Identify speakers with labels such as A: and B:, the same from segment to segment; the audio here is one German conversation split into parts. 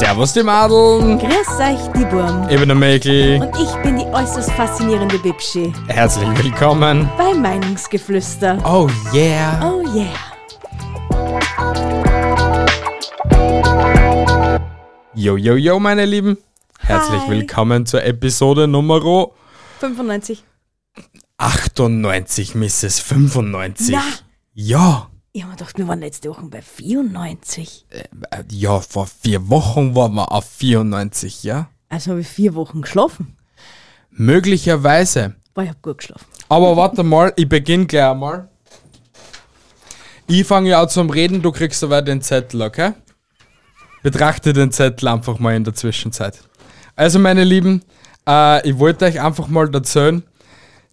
A: Servus die Madeln,
B: Grüß euch, die Burm.
A: ich bin der Mäkel.
B: Und ich bin die äußerst faszinierende Bibschi
A: Herzlich willkommen.
B: bei Meinungsgeflüster.
A: Oh yeah.
B: Oh yeah.
A: Yo, yo, yo, meine Lieben. Herzlich
B: Hi.
A: willkommen zur Episode Nummer
B: 95.
A: 98, Mrs. 95.
B: Na.
A: Ja.
B: Ich hab mir gedacht, wir waren letzte Woche bei 94.
A: Äh, Ja, vor vier Wochen waren wir auf 94, ja?
B: Also habe ich vier Wochen geschlafen.
A: Möglicherweise.
B: Boah, ich hab gut geschlafen.
A: Aber warte mal, ich beginne gleich einmal. Ich fange ja auch zum Reden, du kriegst aber den Zettel, okay? Betrachte den Zettel einfach mal in der Zwischenzeit. Also, meine Lieben, äh, ich wollte euch einfach mal erzählen,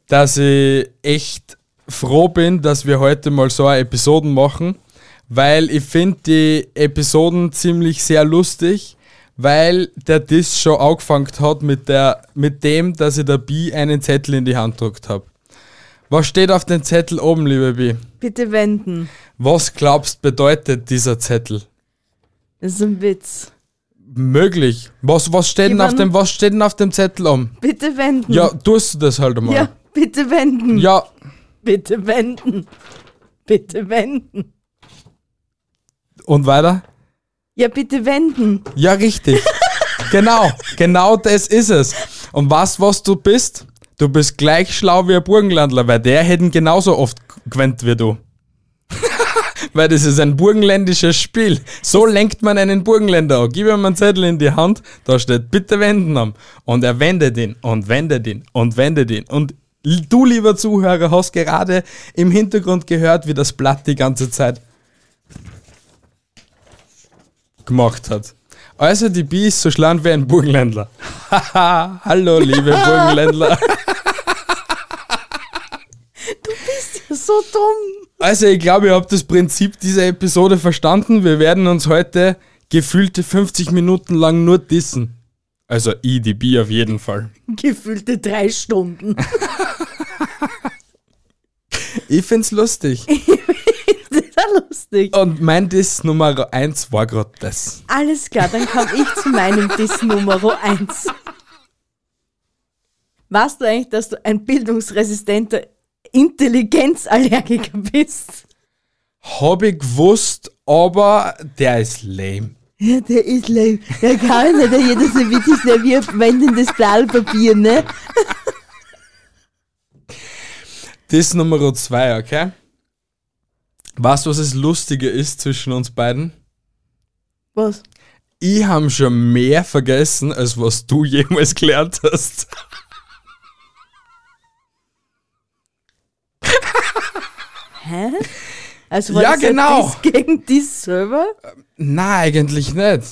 A: dass ich echt froh bin, dass wir heute mal so eine Episoden machen, weil ich finde die Episoden ziemlich sehr lustig, weil der Diss schon angefangen hat mit, der, mit dem, dass ich der Bi einen Zettel in die Hand gedruckt habe. Was steht auf dem Zettel oben, liebe Bi?
B: Bitte wenden.
A: Was glaubst bedeutet dieser Zettel?
B: Das ist ein Witz.
A: Möglich. Was, was, steht, denn auf
B: Ivan-
A: dem, was steht denn auf dem Zettel um?
B: Bitte wenden.
A: Ja, tust du das halt einmal.
B: Ja, bitte wenden.
A: ja
B: Bitte wenden. Bitte wenden.
A: und weiter?
B: Ja, bitte wenden.
A: Ja, richtig. genau, genau das ist es. Und was, was du bist? Du bist gleich schlau wie ein Burgenlandler, weil der hätten genauso oft gewendet wie du. weil das ist ein burgenländisches Spiel. So lenkt man einen Burgenländer an. Gib ihm einen Zettel in die Hand, da steht bitte wenden am. Und er wendet ihn und wendet ihn und wendet ihn. Und l- du, lieber Zuhörer, hast gerade im Hintergrund gehört, wie das Blatt die ganze Zeit gemacht hat. Also die Bi ist so schlank wie ein Burgenländler. Haha, hallo liebe Burgenländler.
B: So dumm.
A: Also ich glaube, ihr habt das Prinzip dieser Episode verstanden. Wir werden uns heute gefühlte 50 Minuten lang nur dissen. Also ich, die Bi auf jeden Fall.
B: Gefühlte drei Stunden.
A: Ich find's lustig.
B: Das ist ja lustig.
A: Und mein Diss Nummer 1 war gerade das.
B: Alles klar, dann komme ich zu meinem Diss Numero 1. Weißt du eigentlich, dass du ein bildungsresistenter Intelligenzallergiker bist?
A: Hab ich gewusst, aber der ist lame.
B: Ja, der ist leib. Der kann nicht jeder so witzig sein wie ein wendendes Blattpapier, ne?
A: Diss Nummer 2, okay? Weißt du, was das Lustige ist zwischen uns beiden?
B: Was?
A: ich habe schon mehr vergessen, als was du jemals gelernt hast.
B: Hä? Also war
A: Ja,
B: das ein
A: genau.
B: Diss gegen Diss selber?
A: Na, eigentlich nicht.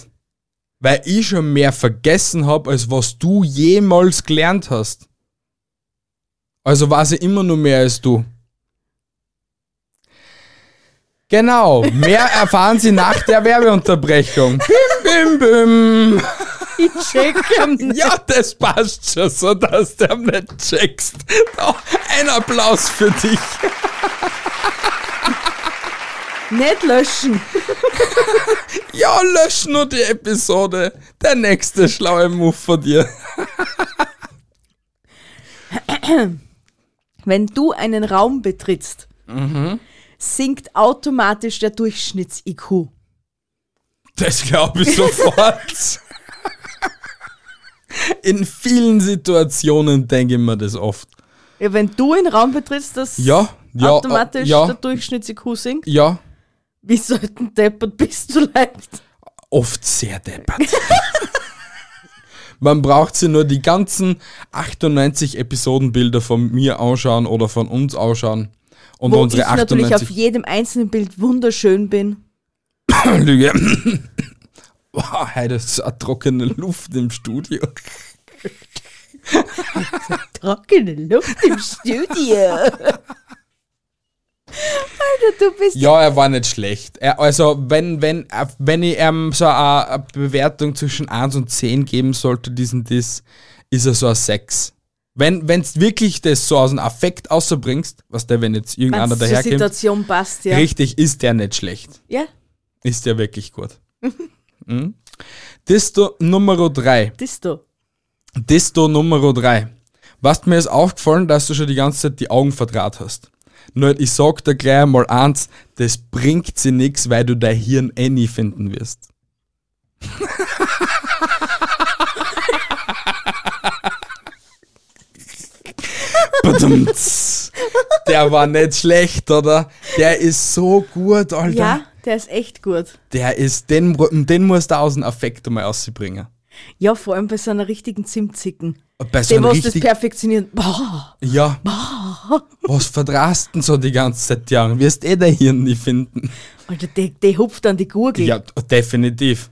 A: Weil ich schon mehr vergessen habe, als was du jemals gelernt hast. Also weiß ich immer nur mehr als du. Genau, mehr erfahren Sie nach der Werbeunterbrechung. Bim, bim, bim.
B: Ich check am nicht.
A: Ja, das passt schon, so dass du am nicht checkst. Da, Ein Applaus für dich.
B: nicht löschen.
A: Ja, lösch nur die Episode. Der nächste schlaue Move von dir.
B: Wenn du einen Raum betrittst,
A: Mhm.
B: sinkt automatisch der Durchschnitts-IQ.
A: Das glaube ich sofort. In vielen Situationen denke ich mir das oft.
B: Ja, wenn du in den Raum betrittst, dass
A: Ja, ja,
B: automatisch
A: ja.
B: der Durchschnitts-IQ sinkt,
A: Ja,
B: wie sollten deppert bist du leicht?
A: oft sehr deppert. Man braucht sich nur die ganzen 98 Episodenbilder von mir anschauen oder von uns anschauen. Und
B: Wo ich
A: unsere
B: natürlich auf
A: 98
B: jedem einzelnen Bild wunderschön bin.
A: Lüge. Wow, heute ist eine trockene Luft im Studio.
B: Trockene Luft im Studio. Alter, du bist
A: Ja, er war nicht schlecht. Er, also, wenn, wenn, äh, wenn ich ihm so eine eine Bewertung zwischen 1 und 10 geben sollte, diesen Diss, ist er so ein 6. Wenn es wirklich das so aus dem Affekt außerbringst, was der, wenn jetzt
B: Wenn's
A: irgendeiner
B: zur
A: daherkommt,
B: Situation passt, ja.
A: richtig, ist der nicht schlecht.
B: Ja,
A: Ist der wirklich gut. mhm. Disto Nummer 3.
B: das du.
A: Disto Nummer 3. Was mir ist aufgefallen, dass du schon die ganze Zeit die Augen verdraht hast. Nur ich sag dir gleich mal eins, das bringt sie nix, weil du dein Hirn eh nie finden wirst. Badumts. Der war nicht schlecht, oder? Der ist so gut, Alter.
B: Ja, der ist echt gut.
A: Der ist, den, den musst du aus dem Affekt einmal rausbringen.
B: Ja, vor allem bei so einer richtigen Zimtzicken.
A: Bei so
B: Dem,
A: einem
B: was das
A: richtig
B: perfektioniert. Boah,
A: Ja.
B: Ah.
A: Was verdrast denn so die ganze Zeit, Jan? Wirst eh dein Hirn nie finden.
B: Alter, der, der hupft an die Gurgel.
A: Ja, d- definitiv.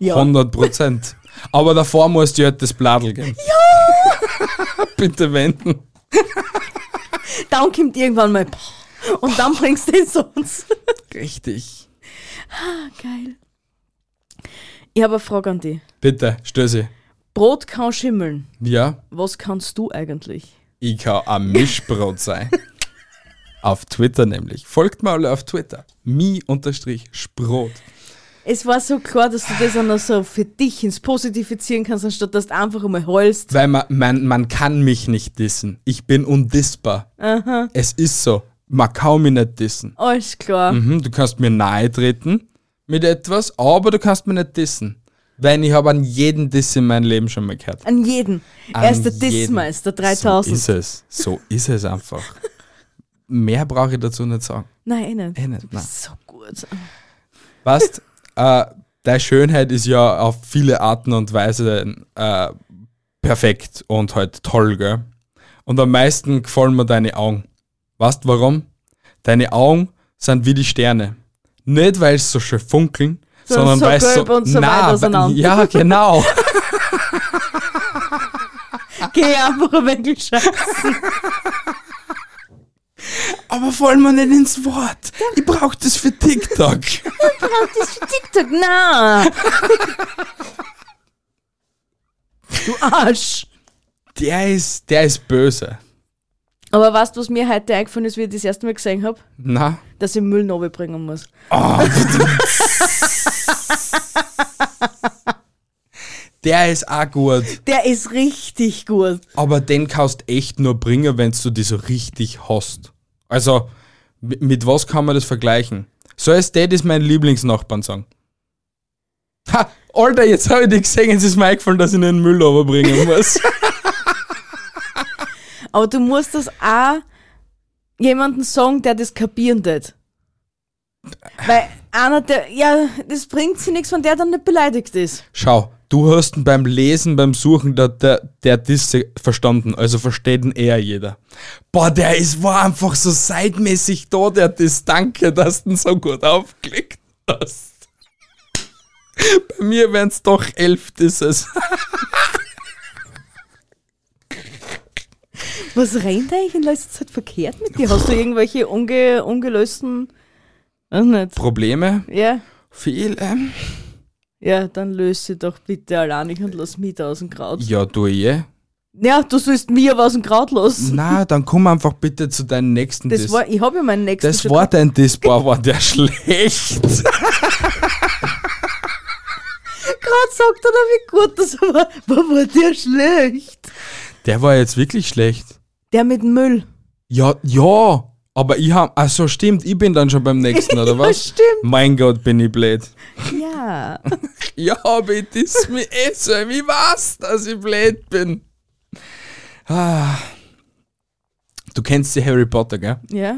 B: Ja.
A: 100 Prozent. Aber davor musst du halt das Bladel geben. Ja! Bitte wenden.
B: Dann kommt irgendwann mal boah, und dann bringst du den sonst.
A: Richtig.
B: Geil. Ich habe eine Frage an dich.
A: Bitte, stell sie.
B: Brot kann schimmeln.
A: Ja,
B: Was kannst du eigentlich?
A: ich kann ein Mischbrot sein. auf Twitter nämlich. Folgt mal alle auf Twitter. Mi-Sprot.
B: Es war so klar, dass du das auch noch so für dich ins Positive ziehen kannst, anstatt dass du einfach einmal heulst.
A: Weil man, man, man kann mich nicht dissen. Ich bin undissbar. Es ist so. Man kann mich nicht dissen.
B: Alles klar.
A: Mhm, du kannst mir nahe treten mit etwas, aber du kannst mir nicht dissen. Denn ich habe an jeden Diss in meinem Leben schon mal gehört.
B: An jeden.
A: An
B: Er ist der
A: jeden.
B: Dissmeister 3000.
A: So ist es. So ist es einfach. Mehr brauche ich dazu nicht sagen.
B: Nein, eh nicht.
A: Eh nicht,
B: du
A: nein.
B: bist so gut.
A: Weißt, äh, deine Schönheit ist ja auf viele Arten und Weisen äh, perfekt und halt toll, gell? Und am meisten gefallen mir deine Augen. Weißt warum? Deine Augen sind wie die Sterne. Nicht, weil sie so schön funkeln, sondern
B: Sondern so
A: weil sie
B: gelb
A: so,
B: und so weit
A: Nein,
B: auseinander.
A: Ja, genau.
B: Geh einfach ein wenig scheißen.
A: Aber fallen wir nicht ins Wort. Ich brauch das für TikTok.
B: Das ist für TikTok. Na. Du Arsch.
A: Der ist, der ist böse.
B: Aber weißt du, was mir heute eingefallen ist, wie ich das erste Mal gesehen habe?
A: Na,
B: Dass ich Müll noch bringen muss.
A: der ist auch gut.
B: Der ist richtig gut.
A: Aber den kannst echt nur bringen, wenn du die so richtig hast. Also, mi- mit was kann man das vergleichen? So als Dad ist mein Lieblingsnachbarn sagen. Ha, Alter, jetzt habe ich dich gesehen, jetzt ist mir eingefallen, dass ich ihn in den Müll überbringen muss.
B: Aber du musst das auch jemanden sagen, der das kapieren tät. Weil einer, der, ja, das bringt sie nichts, wenn der dann nicht beleidigt ist.
A: Schau, du hast ihn beim Lesen, beim Suchen der, der, der Disse verstanden, also versteht ihn eher jeder. Boah, der ist, war einfach so seitmäßig da, der Diss. Danke, dass du ihn so gut aufklickt hast. Bei mir wären es doch elf Disses.
B: Was rennt eigentlich in letzter Zeit verkehrt mit dir? Hast du irgendwelche unge, ungelösten. Weiß nicht.
A: Probleme? ähm?
B: Ja,
A: Viele?
B: ja, dann löse sie doch bitte alleinig und lass mich da aus dem Kraut.
A: Ja, du je.
B: Ja, du sollst mir aber aus dem Kraut lassen.
A: Na, dann komm einfach bitte zu deinem nächsten
B: Das
A: Diss.
B: war, ich habe ja meinen nächsten
A: das
B: schon
A: war dein Diss, boah, war der schlecht.
B: gerade gesagt, oder wie gut das war. War, war der schlecht?
A: Der war jetzt wirklich schlecht.
B: Der mit Müll.
A: Ja, ja, aber ich hab, ach so stimmt, ich bin dann schon beim nächsten, oder was?
B: stimmt.
A: Mein Gott, bin ich blöd.
B: Ja.
A: Ja, aber ich diss mich eh so, wie war's, dass ich blöd bin? Ah. Du kennst die Harry Potter, gell?
B: ja.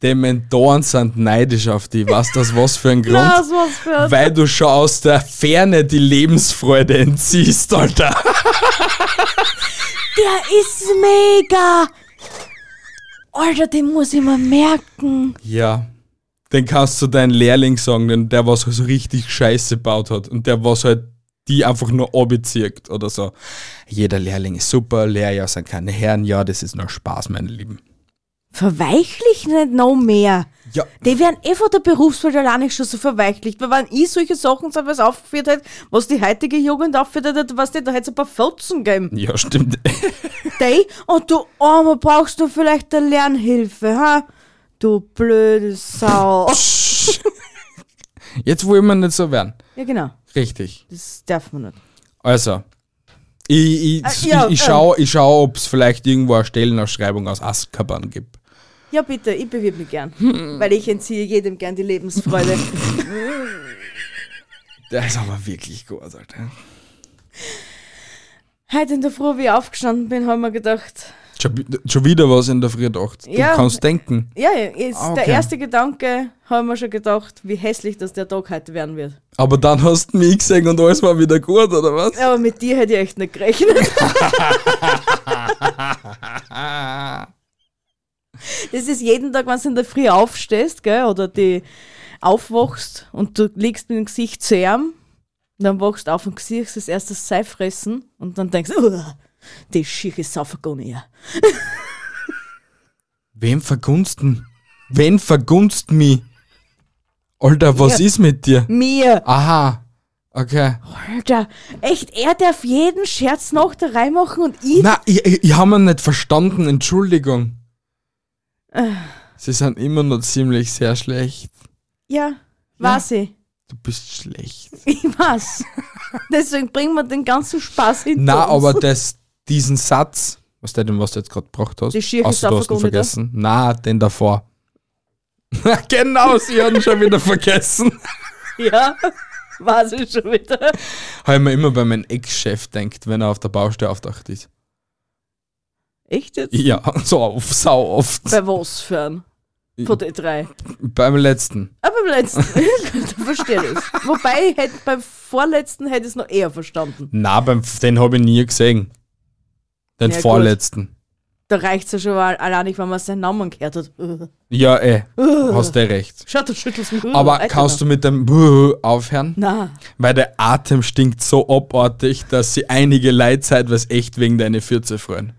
A: Die Mentoren sind neidisch auf dich. Weißt du, aus was für ein Grund?
B: Das war's für ein
A: Weil du schon aus der Ferne die Lebensfreude entziehst, Alter.
B: Der ist mega! Alter, den muss ich mir merken.
A: Ja, den kannst du deinen Lehrling sagen, denn der was so richtig Scheiße gebaut hat und der was halt die einfach nur abzieht oder so. Jeder Lehrling ist super, Lehrjahr sind keine Herren, ja, das ist nur Spaß, meine Lieben.
B: Verweichlich nicht noch mehr.
A: Ja,
B: Die werden eh von der Berufswelt alleine schon so verweichlicht, weil wenn ich solche Sachen so was aufgeführt hätte, was die heutige Jugend aufgeführt hat, was die, da hätte es ein paar Fotzen gegeben.
A: ja stimmt.
B: Die, und du Armer brauchst du vielleicht eine Lernhilfe, ha? Du blöde Sau.
A: Jetzt will man nicht so werden.
B: ja, genau.
A: Richtig.
B: Das darf man nicht.
A: Also, ich, ich,
B: Äh, ja,
A: ich, ich schaue, ich schau, ob es vielleicht irgendwo eine Stellenausschreibung aus Azkaban gibt.
B: Ja, bitte, ich bewirb mich gern, weil ich entziehe jedem gern die Lebensfreude.
A: Der ist aber wirklich gut, Alter.
B: Heute in der Früh, wie ich aufgestanden bin, haben wir gedacht,
A: Schon, bi- schon wieder was in der Früh gedacht. Du
B: Ja.
A: kannst denken.
B: ja, ist
A: Ah,
B: der
A: okay.
B: erste Gedanke, haben wir schon gedacht, wie hässlich das der Tag heute werden wird.
A: Aber dann hast du mich gesehen und alles war wieder gut, oder was?
B: Aber mit dir hätte ich echt nicht gerechnet. das ist jeden Tag, wenn du in der Früh aufstehst, gell, oder die aufwachst und du liegst mit dem Gesicht zerm, dann wachst du auf und siehst das erste Seif fressen und dann denkst du, "Uah, die schiche Saufagonie.
A: Wem vergunsten? Wen vergunst mich? Alter, was ist mit dir?
B: Mir!
A: Aha. Okay.
B: Alter, echt, er darf jeden Scherz noch da reinmachen und ich.
A: Na, ich, ich, ich habe ihn nicht verstanden, Entschuldigung. Sie sind immer noch ziemlich sehr schlecht.
B: Ja, weiß ich.
A: Du bist schlecht.
B: Ich weiß. Deswegen bringen wir den ganzen Spaß hinter
A: Na,
B: uns.
A: aber das, diesen Satz, was der denn, was du jetzt gerade gebracht hast,
B: Die Schirche
A: außer du hast ihn
B: Saufergunde, da?
A: vergessen. Na, den davor. genau, sie haben ihn schon wieder vergessen.
B: Ja, weiß ich schon wieder.
A: Habe ich mir immer bei meinem Ex-Chef denkt, wenn er auf der Baustelle auftaucht ist.
B: Echt jetzt?
A: Ja, so auf, sau oft.
B: Bei was für ein? Von den drei.
A: Beim letzten.
B: Aber beim letzten, da verstehe ich es. Wobei, ich hätte, beim vorletzten hätte ich es noch eher verstanden.
A: Na, beim, den habe ich nie gesehen. Den
B: Ja, gut.
A: vorletzten.
B: Da reicht es ja schon mal allein nicht, wenn man seinen Namen gehört hat. Äh,
A: Ja, eh. Hast du recht.
B: Schaut, du schüttelst mich.
A: Aber kannst du mit dem Buh aufhören?
B: Na,
A: Weil der Atem stinkt so abartig, dass sie einige Leid was echt wegen deine Fürze freuen.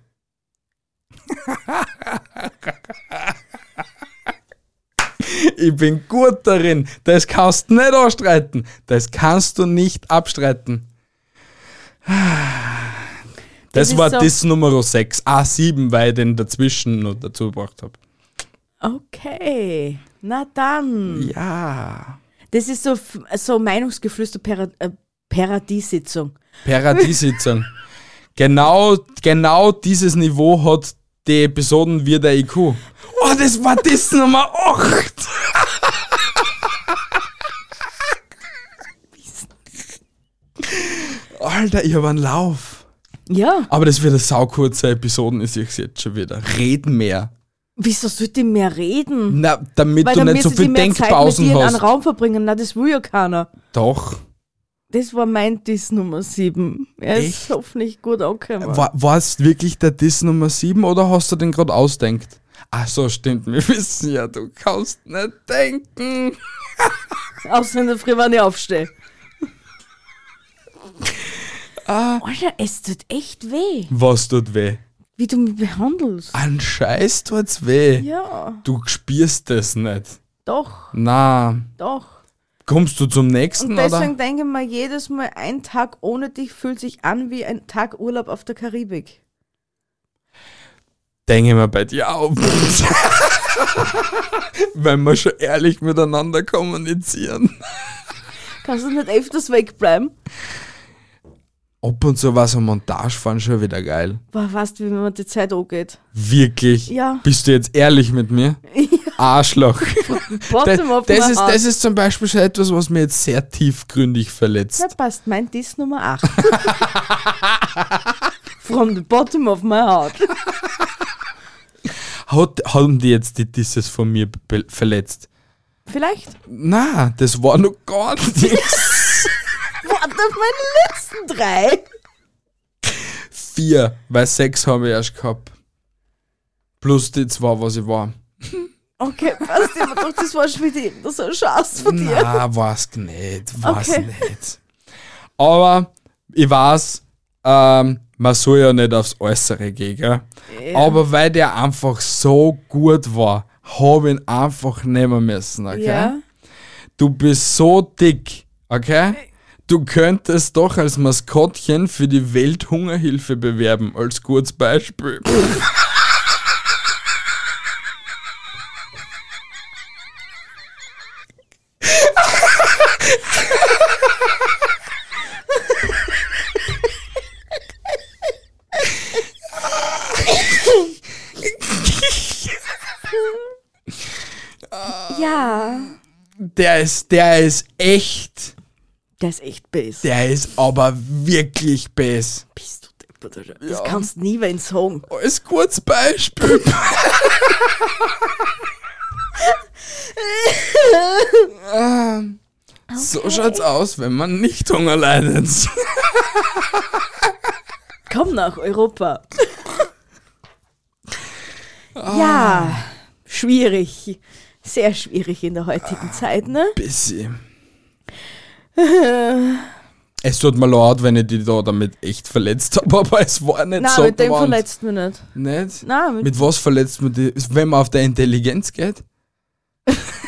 A: ich bin gut darin. Das kannst du nicht abstreiten. Das kannst du nicht abstreiten. Das,
B: Das ist
A: war
B: so-
A: das Nummer 6. A7, weil ich den dazwischen noch dazu gebracht habe.
B: okay. Na dann.
A: Ja.
B: Das ist so, f- so Meinungsgeflüster Para, äh, Paradiesitzung.
A: Paradiesitzung. genau, genau dieses Niveau hat die Episoden wie der IQ. Oh, das war das Nummer 8. Alter, ich habe einen Lauf.
B: Ja.
A: Aber das wird eine saukurze Episoden, ist ich jetzt schon wieder. Reden mehr.
B: Wieso sollte ich mehr reden?
A: Na, damit
B: Weil
A: du
B: dann
A: nicht so
B: müsste ich
A: viel
B: mehr Zeit mit dir
A: Denkpausen
B: in
A: hast.
B: einen Raum verbringen. Na, das will ja keiner.
A: Doch.
B: Das war mein Diss Nummer 7. Er ist
A: Echt? Äh,
B: hoffentlich gut angekommen.
A: War war's wirklich der Diss Nummer 7 oder hast du den gerade ausdenkt? Ach so, stimmt. Wir wissen ja, du kannst nicht denken.
B: Mhm. Außer in der Früh, wenn ich aufstehe.
A: Ah.
B: Alter, es tut echt weh,
A: Was tut weh?
B: wie du mich behandelst.
A: An Scheiß tut's weh.
B: Ja,
A: Du spürst es nicht.
B: doch,
A: Na,
B: doch.
A: kommst du zum nächsten
B: Und
A: oder?
B: deswegen denke ich mir, jedes Mal ein Tag ohne dich fühlt sich an wie ein Tag Urlaub auf der Karibik.
A: Denke mal bei dir auf. Wenn wir schon ehrlich miteinander kommunizieren.
B: Kannst du nicht öfters wegbleiben?
A: Ab und zu war so Montage fahren schon wieder geil.
B: Boah, weißt du, wie man die Zeit angeht?
A: Wirklich?
B: Ja.
A: Bist du jetzt ehrlich mit mir? Arschloch. Da-
B: Warte mal auf
A: das,
B: mein
A: ist,
B: Arsch.
A: das ist zum Beispiel schon etwas, was mir jetzt sehr tiefgründig verletzt.
B: Da passt mein Diss Nummer 8. From the bottom of my heart.
A: Hat, haben die jetzt die Disses von mir be- verletzt?
B: Vielleicht
A: Na, das war noch gar nichts.
B: warte auf meine letzten drei.
A: Vier, weil sechs habe ich erst gehabt. Plus die zwei, was ich war.
B: Okay, passt. Ich hab mir gedacht, das war schon wieder irgendein so ein Schatz von dir.
A: Na, weiß nicht, weiß
B: Okay.
A: nicht. Aber ich weiß, ähm, man soll ja nicht aufs Äußere gehen, gell? Aber weil der einfach so gut war, habe ich ihn einfach nehmen müssen, okay?
B: Ja.
A: Du bist so dick, okay? Du könntest doch als Maskottchen für die Welthungerhilfe bewerben, als gutes Beispiel.
B: Ja.
A: Der ist, der ist echt,
B: Der ist echt bass.
A: der ist aber wirklich best.
B: Bist du deppert, Alter. Das kannst nie wen sagen.
A: Als gutes Beispiel. Ähm, So schaut's aus, wenn man nicht Hunger leidet.
B: Komm nach Europa. Ah. Ja, schwierig. Sehr schwierig in der heutigen Zeit, ne?
A: Bissi. Es tut mir leid, wenn ich die da damit echt verletzt habe, aber es war nicht
B: Nein,
A: so
B: mit dem
A: gemeint.
B: verletzt mich nicht.
A: Nicht?
B: Nein, mit,
A: Mit was verletzt man die? Wenn man auf der Intelligenz geht?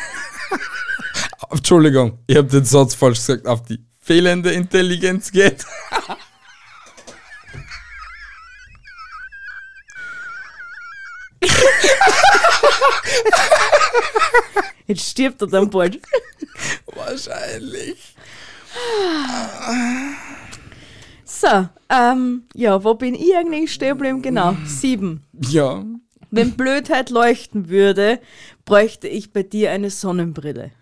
A: Entschuldigung, ich habe den Satz falsch gesagt. Auf die fehlende Intelligenz geht.
B: jetzt stirbt er dann bald.
A: Wahrscheinlich.
B: So, ähm, ja, wo bin ich eigentlich stehen geblieben? Genau, sieben.
A: Ja.
B: Wenn Blödheit leuchten würde, bräuchte ich bei dir eine Sonnenbrille.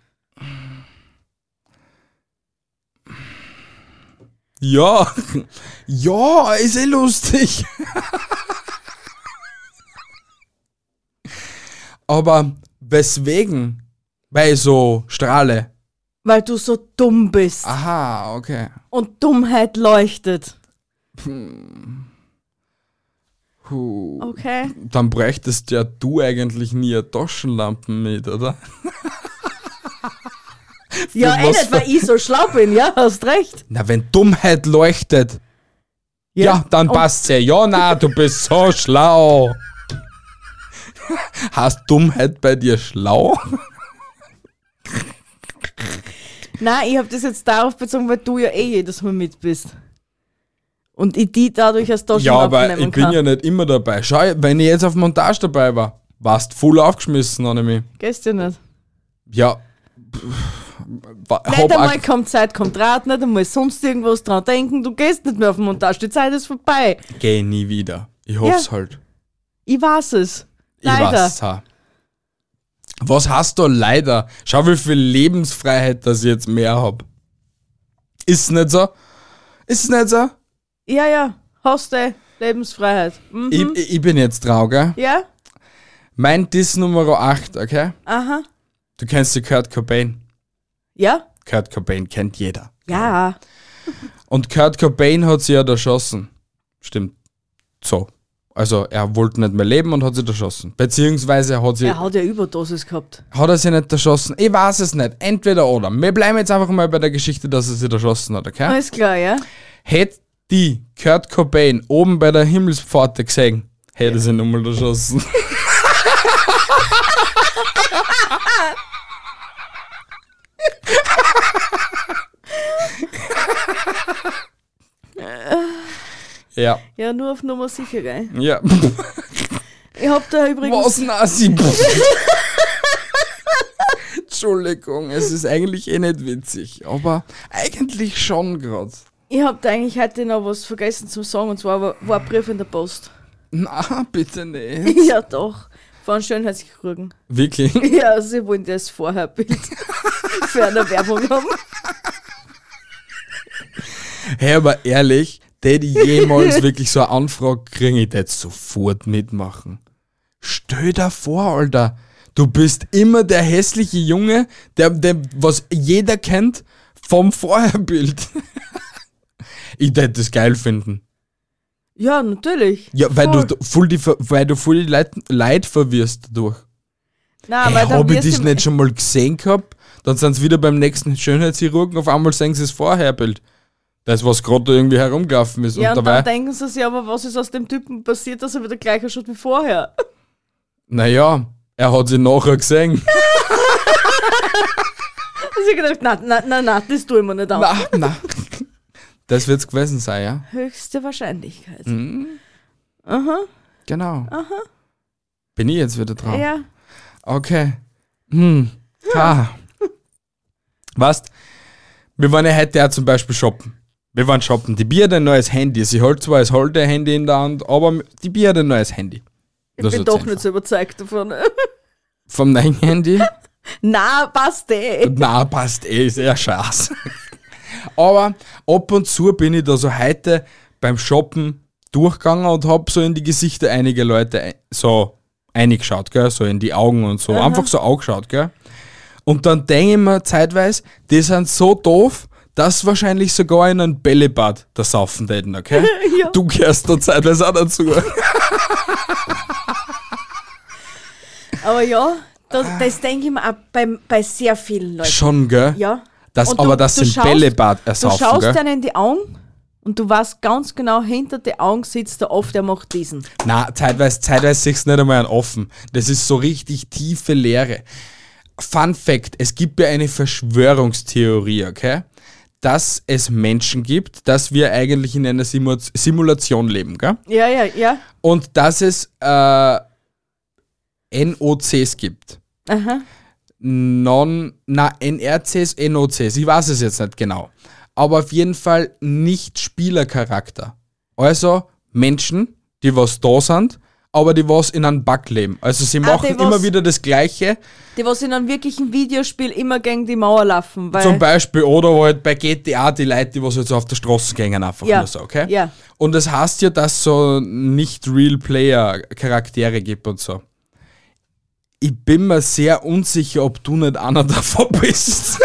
A: Ja. Ja, ist eh lustig. Aber weswegen? Weil ich so strahle.
B: Weil du so dumm bist
A: Ah. Aha, okay.
B: und Dummheit leuchtet.
A: Puh.
B: Okay.
A: Dann bräuchtest ja du eigentlich nie eine Taschenlampe mit, oder?
B: Ja,
A: Für
B: eh
A: was
B: nicht, weil ich so schlau bin, ja, hast recht.
A: Na, wenn Dummheit leuchtet, ja, dann
B: Und-
A: passt's ja. Ja, na, du bist so schlau. Hast Dummheit bei dir schlau?
B: Nein, ich habe das jetzt darauf bezogen, weil du ja eh jedes Mal mit bist. Und ich die dadurch als
A: Ja,
B: Taschenlampe
A: aber
B: nehmen
A: ich bin
B: kann.
A: ja nicht immer dabei. Schau, wenn ich jetzt auf Montage dabei war, warst voll aufgeschmissen an mich.
B: Gehst du nicht?
A: Ja. pff, wa-
B: Nicht
A: hab
B: einmal
A: auch,
B: kommt Zeit, kommt Rat, nicht einmal sonst irgendwas dran denken, du gehst nicht mehr auf den Montage, die Zeit ist vorbei.
A: geh nie wieder. Ich hoff's
B: Ja.
A: halt.
B: Ich weiß es.
A: Ich weiß Was hast du leider? Schau, wie viel Lebensfreiheit das ich jetzt mehr hab. Ist nicht so? Ist nicht so?
B: Ja, ja, hast du Lebensfreiheit. Mhm.
A: Ich, ich ich bin jetzt traurig. gell?
B: Ja?
A: Mein Diss Nummer 8, okay?
B: Aha.
A: Du kennst die Kurt Cobain.
B: Ja?
A: Kurt Cobain kennt jeder.
B: Ja.
A: Und Kurt Cobain hat sie ja erschossen. Stimmt. So. Also er wollte nicht mehr leben und hat sie erschossen. Beziehungsweise er hat sie.
B: Er hat ja Überdosis gehabt.
A: Hat er sie nicht erschossen? Ich weiß es nicht. Entweder oder. Wir bleiben jetzt einfach mal bei der Geschichte, dass er sie erschossen hat, okay?
B: Alles klar, ja?
A: Hätte die Kurt Cobain oben bei der Himmelspforte gesehen, hätte sie nochmal erschossen. ja,
B: Ja, nur auf Nummer sicher, gell?
A: ja.
B: Ich hab da übrigens.
A: Was Nazi? Entschuldigung, es ist eigentlich eh nicht witzig, aber eigentlich schon gerade.
B: Ich hab da eigentlich heute noch was vergessen zum Sagen und zwar war, war ein Brief in der Post.
A: Na, bitte nicht.
B: ja, doch. Von Schönheitskrügen.
A: Wirklich?
B: Ja, sie wollen das Vorherbild für eine Werbung haben.
A: Hey, aber ehrlich, hätte ich jemals wirklich so eine Anfrage kriegen, ich hätte sofort mitmachen. Stell dir vor, Alter, du bist immer der hässliche Junge, der, der was jeder kennt, vom Vorherbild. ich hätte das geil finden.
B: Ja, natürlich.
A: Ja, weil
B: Voll.
A: du, voll die, Ver- weil du voll die Leid, Leid verwirrst dadurch.
B: Nein,
A: Hey,
B: weil dann
A: Habe ich
B: wirst
A: das
B: du-
A: nicht schon mal gesehen gehabt? Dann sind sie wieder beim nächsten Schönheitschirurgen, auf einmal sehen sie das Vorherbild. Das, was gerade irgendwie herumgelaufen ist.
B: Ja, und,
A: und
B: dann
A: dabei,
B: denken sie sich, aber was ist aus dem Typen passiert, dass er wieder gleich ausschaut wie vorher?
A: naja, er hat sie nachher gesehen.
B: Also ich gedacht, na, na, na, na, das tue ich mir nicht an.
A: na, na. Das wird's gewesen sein, ja?
B: Höchste Wahrscheinlichkeit.
A: Mhm,
B: Aha,
A: genau. Bin ich jetzt wieder dran?
B: ja.
A: Okay. Hm. Ha. Weißt, wir waren ja heute auch zum Beispiel shoppen. Wir waren shoppen. Die Bier hat ein neues Handy. Sie hält zwar das alte Handy in der Hand, aber die Bier hat ein neues Handy.
B: Ich
A: Das
B: bin
A: hat's
B: doch
A: einfach.
B: nicht so überzeugt davon.
A: Vom neuen Handy?
B: Na, passt eh.
A: Na, passt eh, ist eher scheiße. Aber ab und zu bin ich da so heute beim Shoppen durchgegangen und hab so in die Gesichter einige Leute ein- so eingeschaut, gell? So in die Augen und so. Einfach so angeschaut, gell? Und dann denke ich mir zeitweise, die sind so doof, dass wahrscheinlich sogar in einem Bällebad das Saufen täten, okay?
B: Ja.
A: Du gehörst da zeitweise auch dazu.
B: Aber ja, das, das denke ich mir auch bei, bei sehr vielen Leuten.
A: Ah. Schon, gell?
B: Ja.
A: Das,
B: Und
A: aber das sind
B: schaust-
A: Bällebad
B: Du
A: ersaufen,
B: schaust
A: gell?
B: denen in die Augen und du weißt ganz genau, hinter den Augen sitzt der oft, der macht diesen.
A: Na, zeitweise, zeitweise siehst du nicht einmal einen offen. Das ist so richtig tiefe Leere. Fun Fact: Es gibt ja eine Verschwörungstheorie, okay? Dass es Menschen gibt, dass wir eigentlich in einer Simu Simulation leben, gell?
B: Ja, ja, ja.
A: Und dass es äh, NOCs gibt.
B: Aha.
A: Non, na, NRCs, NOCs. Ich weiß es jetzt nicht genau. Aber auf jeden Fall nicht Spielercharakter. Also Menschen, die was da sind, aber die was in einem Bug leben. Also sie machen
B: Ah, die was-
A: immer wieder das Gleiche.
B: Die, was in einem wirklichen Videospiel immer gegen die Mauer laufen, weil.
A: Zum Beispiel, oder halt bei GTA die Leute, die was jetzt auf der Straße gehen, einfach
B: Ja.
A: nur so, okay?
B: Ja.
A: Und das heißt ja, dass so nicht Real Player Charaktere gibt und so. Ich bin mir sehr unsicher, ob du nicht einer davon bist.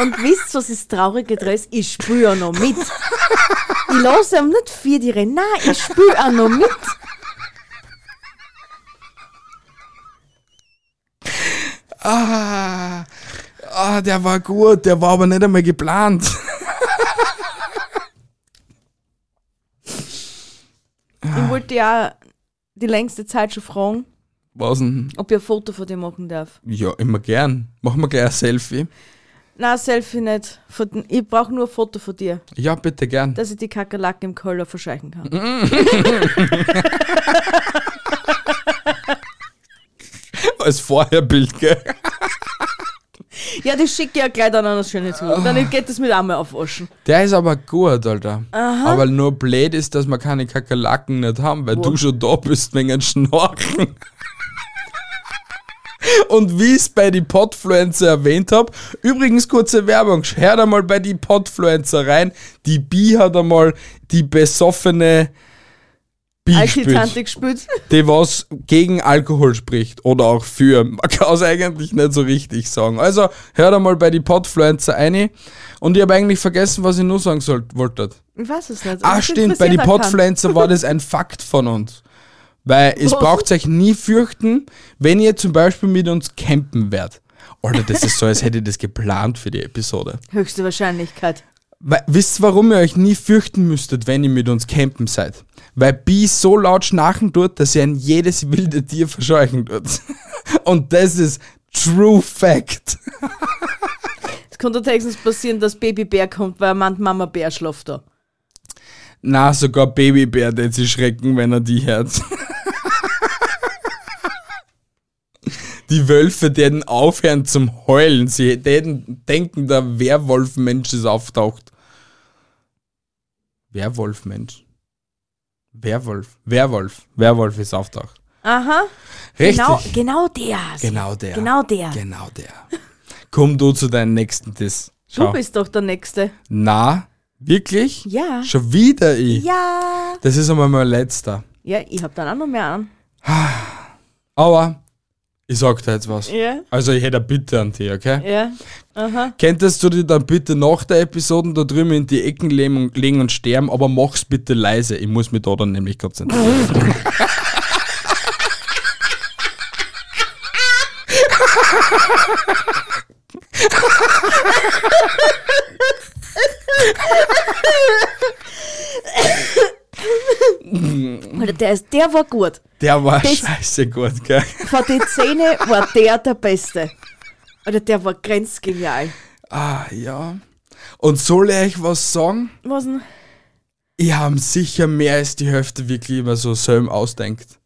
B: Und wisst was ist traurige dran ist? Ich spüre ja noch mit. Ich lasse ihm nicht vier die Rennen. Nein, ich spüre auch noch mit.
A: Ah, ah, der war gut, der war aber nicht einmal geplant.
B: Ich wollte ja die längste Zeit schon fragen,
A: Was denn?
B: ob ich ein Foto von dir machen darf.
A: Ja, immer gern. Machen wir gleich ein Selfie.
B: Nein, Selfie nicht. Von den- Ich brauche nur ein Foto von dir,
A: Ja, bitte gern.
B: dass ich die Kakerlaken im Keller verscheuchen kann.
A: Mhm. Als Vorherbild, gell?
B: Ja, das schicke ich ja gleich dann an das schöne
A: Oh.
B: zu. Und dann geht das mit einmal aufwaschen.
A: Der ist aber gut, Alter. Aber nur blöd ist, dass wir keine Kakerlaken nicht haben, weil du schon da bist wegen einem Schnorchen. Und wie ich es bei die Podfluencer erwähnt habe, übrigens kurze Werbung, hört einmal bei die Podfluencer rein. Die Bi hat einmal die besoffene Bi gespielt,
B: Alte-Tante gespült.
A: die was gegen Alkohol spricht oder auch für. Man kann es eigentlich nicht so richtig sagen. Also hört einmal bei die Podfluencer rein. Und ich habe eigentlich vergessen, was ich nur sagen sollt- wollte.
B: Ich weiß es nicht.
A: Ah,
B: Das
A: stimmt, bei
B: interessiert
A: den
B: auch keinen.
A: Podpflanzer war das ein Fakt von uns. Weil es
B: Was?
A: braucht euch nie fürchten, wenn ihr zum Beispiel mit uns campen werdet. Alter, das ist so, als hätte ich das geplant für die Episode.
B: Höchste Wahrscheinlichkeit.
A: Weil, wisst ihr, warum ihr euch nie fürchten müsstet, wenn ihr mit uns campen seid? Weil Bi so laut schnarchen tut, dass ihr ein jedes wilde Tier verscheuchen tut. Und das ist True Fact.
B: Es konnte höchstens passieren, dass Babybär kommt, weil er meint, Mama Bär schläft da.
A: Na, sogar Babybär, der sie schrecken, wenn er die hört. Die Wölfe täten aufhören zum Heulen. Sie täten denken, der Werwolfmensch ist auftaucht. Werwolfmensch. Werwolf. Werwolf. Werwolf ist auftaucht.
B: Aha.
A: Richtig.
B: Genau, genau der.
A: Genau der.
B: Genau der.
A: Genau der. Komm du zu deinem nächsten Diss.
B: Du
A: Schau.
B: bist doch der Nächste.
A: Na, wirklich?
B: Ja.
A: Schon wieder ich.
B: Ja.
A: Das ist einmal mein letzter.
B: Ja, ich hab dann auch noch mehr an.
A: Aber ich sag dir jetzt was.
B: Ja.
A: Also ich hätte eine Bitte an dich, okay?
B: Ja. Aha.
A: Könntest du dir dann bitte nach der Episode da drüben in die Ecken legen und, legen und sterben, aber mach's bitte leise. Ich muss mich da dann nämlich konzentrieren.
B: Alter, der, ist, der war gut.
A: Der war
B: Das-
A: scheiße gut, gell?
B: Von den Zähne war der der Beste. Alter, der war grenzgenial.
A: Ah, ja. Und soll ich euch was sagen?
B: Was denn?
A: Ich habe sicher mehr als die Hälfte wirklich immer so selber ausdenkt.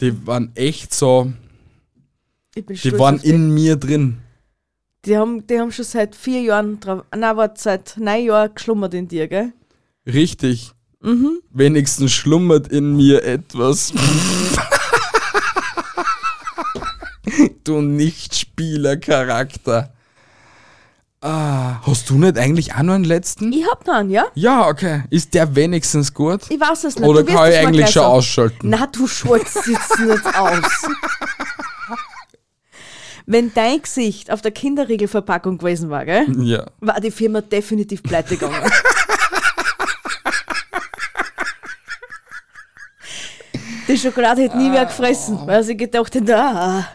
A: Die waren echt so,
B: Ich bin
A: die
B: stolz
A: waren
B: auf die.
A: in mir drin.
B: Die haben, die haben schon seit vier Jahren drauf. Nein, warte, seit neun Jahren geschlummert in dir, gell?
A: Richtig. Mhm. Wenigstens schlummert in mir etwas. du Nichtspielercharakter. Ah, hast du nicht eigentlich auch noch einen letzten?
B: Ich hab noch einen, ja?
A: Ja, okay. Ist der wenigstens gut?
B: Ich weiß es nicht.
A: Oder
B: du wirst
A: kann ich
B: es mir
A: eigentlich
B: gleich
A: schon
B: sagen.
A: ausschalten?
B: Na, du schaltest jetzt nicht aus. Wenn dein Gesicht auf der Kinderriegelverpackung gewesen war, gell?
A: Ja.
B: war die Firma definitiv pleite gegangen. Die Schokolade hätte nie mehr gefressen, weil sie gedacht hätte, ah,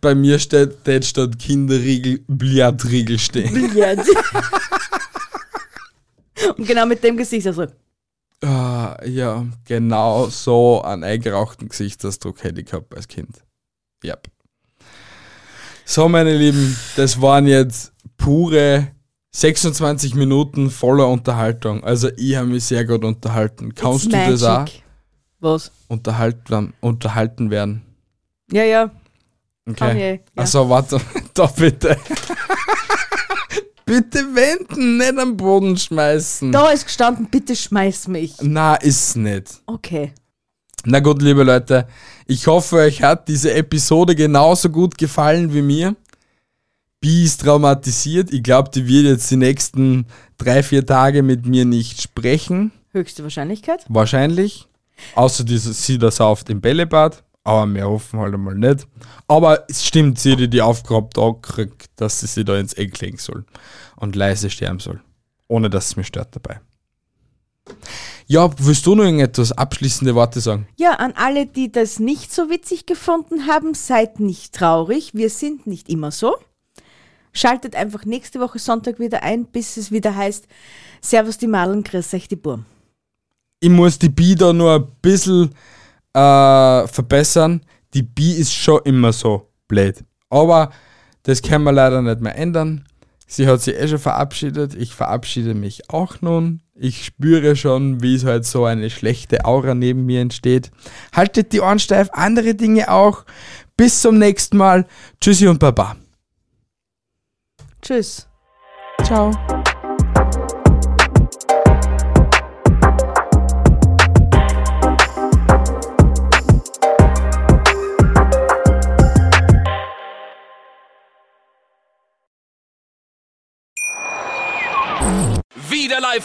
A: Bei mir steht, steht statt Kinderriegel Billardriegel stehen.
B: Billard. Und genau mit dem Gesicht, also,
A: Ah, ja, genau so einen eingerauchten Gesichtsausdruck hätte ich gehabt als Kind. Yep. So, meine Lieben, das waren jetzt pure 26 Minuten voller Unterhaltung. Also, ich habe mich sehr gut unterhalten. Kannst
B: it's
A: du das auch
B: magic. Was?
A: unterhalten, unterhalten werden?
B: Ja, ja, Kann ich,
A: Okay.
B: ja.
A: Also warte, da bitte. bitte wenden, nicht am Boden schmeißen.
B: da ist gestanden, bitte schmeiß mich.
A: Na, ist nicht.
B: Okay.
A: Na gut, liebe Leute, ich hoffe, euch hat diese Episode genauso gut gefallen wie mir. Bi ist traumatisiert. Ich glaube, die wird jetzt die nächsten drei, vier Tage mit mir nicht sprechen.
B: Höchste Wahrscheinlichkeit.
A: Wahrscheinlich. Außer diese, sie das sauft im Bällebad. Aber wir hoffen halt einmal nicht. Aber es stimmt, sie die, die aufgehabt angekriegt, dass sie sie da ins Eck legen soll. Und leise sterben soll. Ohne dass es mich stört dabei. Ja, willst du noch irgendetwas abschließende Worte sagen?
B: Ja, an alle, die das nicht so witzig gefunden haben, seid nicht traurig. Wir sind nicht immer so. Schaltet einfach nächste Woche Sonntag wieder ein, bis es wieder heißt Servus die Malen, grüß euch die Burm.
A: Ich muss die Bi da nur ein bisschen äh, verbessern. Die Bi ist schon immer so blöd. Aber das können wir leider nicht mehr ändern. Sie hat sich eh schon verabschiedet. Ich verabschiede mich auch nun. Ich spüre schon, wie es halt so eine schlechte Aura neben mir entsteht. Haltet die Ohren steif, andere Dinge auch. Bis zum nächsten Mal. Tschüssi und Baba.
B: Tschüss.
A: Ciao.
C: Wieder live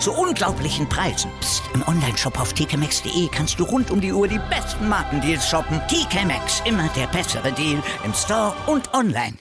D: zu unglaublichen Preisen. Psst. Im Onlineshop auf tkmaxx.de kannst du rund um die Uhr die besten Markendeals shoppen. TK Maxx, immer der bessere Deal im Store und online.